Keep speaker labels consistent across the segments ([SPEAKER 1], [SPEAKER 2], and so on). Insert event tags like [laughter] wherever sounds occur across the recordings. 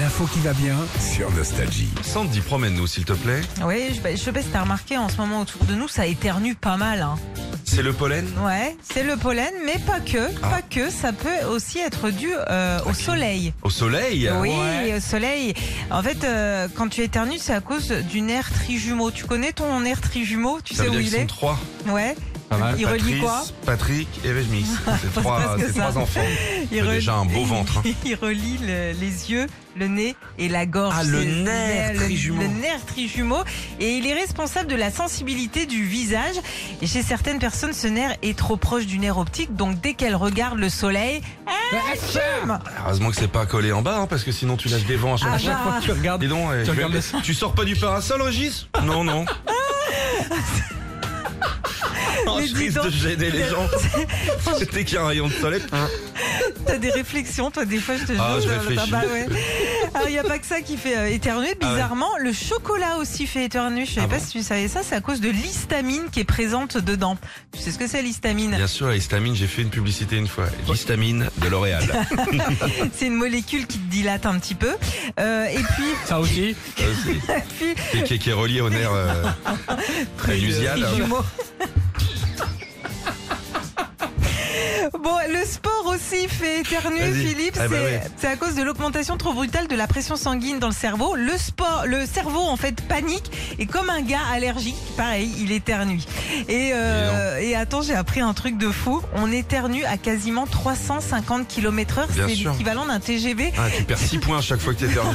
[SPEAKER 1] l'info qui va bien.
[SPEAKER 2] sur Nostalgie.
[SPEAKER 3] Sandy, promène-nous, s'il te plaît.
[SPEAKER 4] Oui, je, bah, je sais pas si t'as remarqué, en ce moment autour de nous, ça éternue pas mal. hein.
[SPEAKER 3] C'est le pollen
[SPEAKER 4] Ouais, c'est le pollen, mais pas que.
[SPEAKER 3] Ah.
[SPEAKER 4] Pas que, ça peut aussi être dû euh, au soleil.
[SPEAKER 3] Au soleil
[SPEAKER 4] Oui, au soleil. En fait, euh, quand tu éternues, c'est à cause du nerf trijumeau. Tu connais ton nerf trijumeau Tu
[SPEAKER 3] Ça
[SPEAKER 4] sais
[SPEAKER 3] veut
[SPEAKER 4] où
[SPEAKER 3] dire qu'ils
[SPEAKER 4] il
[SPEAKER 3] sont
[SPEAKER 4] est
[SPEAKER 3] trois.
[SPEAKER 4] Ouais. Il
[SPEAKER 3] Patrice,
[SPEAKER 4] relie quoi
[SPEAKER 3] Patrick et
[SPEAKER 4] [laughs]
[SPEAKER 3] Réjmis. C'est trois,
[SPEAKER 4] presque
[SPEAKER 3] c'est
[SPEAKER 4] ça.
[SPEAKER 3] trois enfants.
[SPEAKER 4] Il
[SPEAKER 3] J'ai déjà un
[SPEAKER 4] [laughs]
[SPEAKER 3] beau ventre, hein.
[SPEAKER 4] il relie le- les yeux, le nez et la gorge.
[SPEAKER 3] Ah, le
[SPEAKER 4] C'est-
[SPEAKER 3] nerf
[SPEAKER 4] le-
[SPEAKER 3] trijumeau.
[SPEAKER 4] Le nerf trijumeau. Et il est responsable de la sensibilité du visage. Et chez certaines personnes, ce nerf est trop proche du nerf optique. Donc, dès qu'elles regardent le soleil, Ah,
[SPEAKER 3] Heureusement que c'est pas collé en bas, hein, parce que sinon tu lâches des vents à chaque
[SPEAKER 4] Ah
[SPEAKER 3] fois.
[SPEAKER 4] bah,
[SPEAKER 1] Tu regardes.
[SPEAKER 3] Dis donc, eh, je vais-
[SPEAKER 1] regardes le-
[SPEAKER 3] tu sors pas du parasol, Régis Non,
[SPEAKER 4] [laughs]
[SPEAKER 3] non. Oh,
[SPEAKER 4] Mais
[SPEAKER 3] je
[SPEAKER 4] dis
[SPEAKER 3] risque
[SPEAKER 4] donc. Ah.
[SPEAKER 3] de gêner les
[SPEAKER 4] [laughs]
[SPEAKER 3] gens. C'était qu'il y a un rayon de soleil.
[SPEAKER 4] t'as des réflexions, toi, des fois, je te jure.
[SPEAKER 3] Ah, je
[SPEAKER 4] euh,
[SPEAKER 3] réfléchis.
[SPEAKER 4] bah ouais. Alors, il n'y a pas que ça qui fait euh, éternuer.
[SPEAKER 3] Ah ouais.
[SPEAKER 4] Bizarrement, le chocolat aussi fait éternuer. Je ne sais
[SPEAKER 3] Ah
[SPEAKER 4] pas
[SPEAKER 3] bon
[SPEAKER 4] si tu savais ça. C'est à cause de l'histamine qui est présente dedans. Tu sais ce que c'est, l'histamine
[SPEAKER 3] Bien sûr, la histamine, j'ai fait une publicité une fois. L'histamine de
[SPEAKER 4] [laughs]
[SPEAKER 3] L'Oréal.
[SPEAKER 4] C'est une molécule qui te dilate un petit peu. Euh, et puis,
[SPEAKER 1] Ça aussi.
[SPEAKER 3] Euh, c'est-
[SPEAKER 4] puis
[SPEAKER 3] et qui, qui est relié au nerf euh,
[SPEAKER 4] Petit euh,
[SPEAKER 3] lanusial. [laughs]
[SPEAKER 4] jumeau. Bon, le sport aussi fait éternuer,
[SPEAKER 3] Vas-y.
[SPEAKER 4] Philippe.
[SPEAKER 3] Ah bah
[SPEAKER 4] c'est
[SPEAKER 3] ouais.
[SPEAKER 4] c'est à cause de l'augmentation trop brutale de la pression sanguine dans le cerveau. Le sport, le cerveau en fait panique et comme un gars allergique, pareil, il éternue. Et, euh, et attends, j'ai appris un truc de fou. On éternue à quasiment 350 km/h.
[SPEAKER 3] Bien
[SPEAKER 4] C'est
[SPEAKER 3] sûr.
[SPEAKER 4] l'équivalent d'un TGV.
[SPEAKER 3] Ah, tu perds 6 points à chaque fois que t'éternues.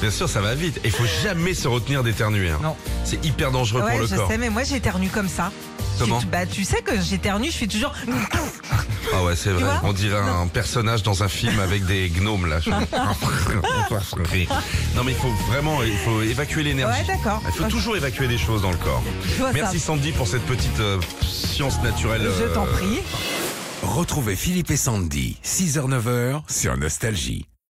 [SPEAKER 3] Bien sûr, ça va vite. Et il faut jamais se retenir d'éternuer. hein.
[SPEAKER 1] Non.
[SPEAKER 3] C'est hyper dangereux
[SPEAKER 4] ouais,
[SPEAKER 3] pour le
[SPEAKER 4] je
[SPEAKER 3] corps.
[SPEAKER 4] sais, mais moi j'éternue comme ça.
[SPEAKER 3] Comment
[SPEAKER 4] Tu- Bah, tu sais que j'éternue, je suis toujours. [laughs]
[SPEAKER 3] Ah ouais, c'est vrai.
[SPEAKER 4] vois
[SPEAKER 3] On dirait un personnage dans un film avec des gnomes là. non mais il faut vraiment, il faut évacuer l'énergie.
[SPEAKER 4] Ouais, d'accord.
[SPEAKER 3] il faut toujours évacuer des choses dans le corps.
[SPEAKER 4] Tu vois
[SPEAKER 3] Merci Sandy pour cette petite euh, science naturelle.
[SPEAKER 4] Je t'en
[SPEAKER 3] euh,
[SPEAKER 4] prie.
[SPEAKER 2] Retrouvez Philippe et Sandy, 6h-9h sur Nostalgie.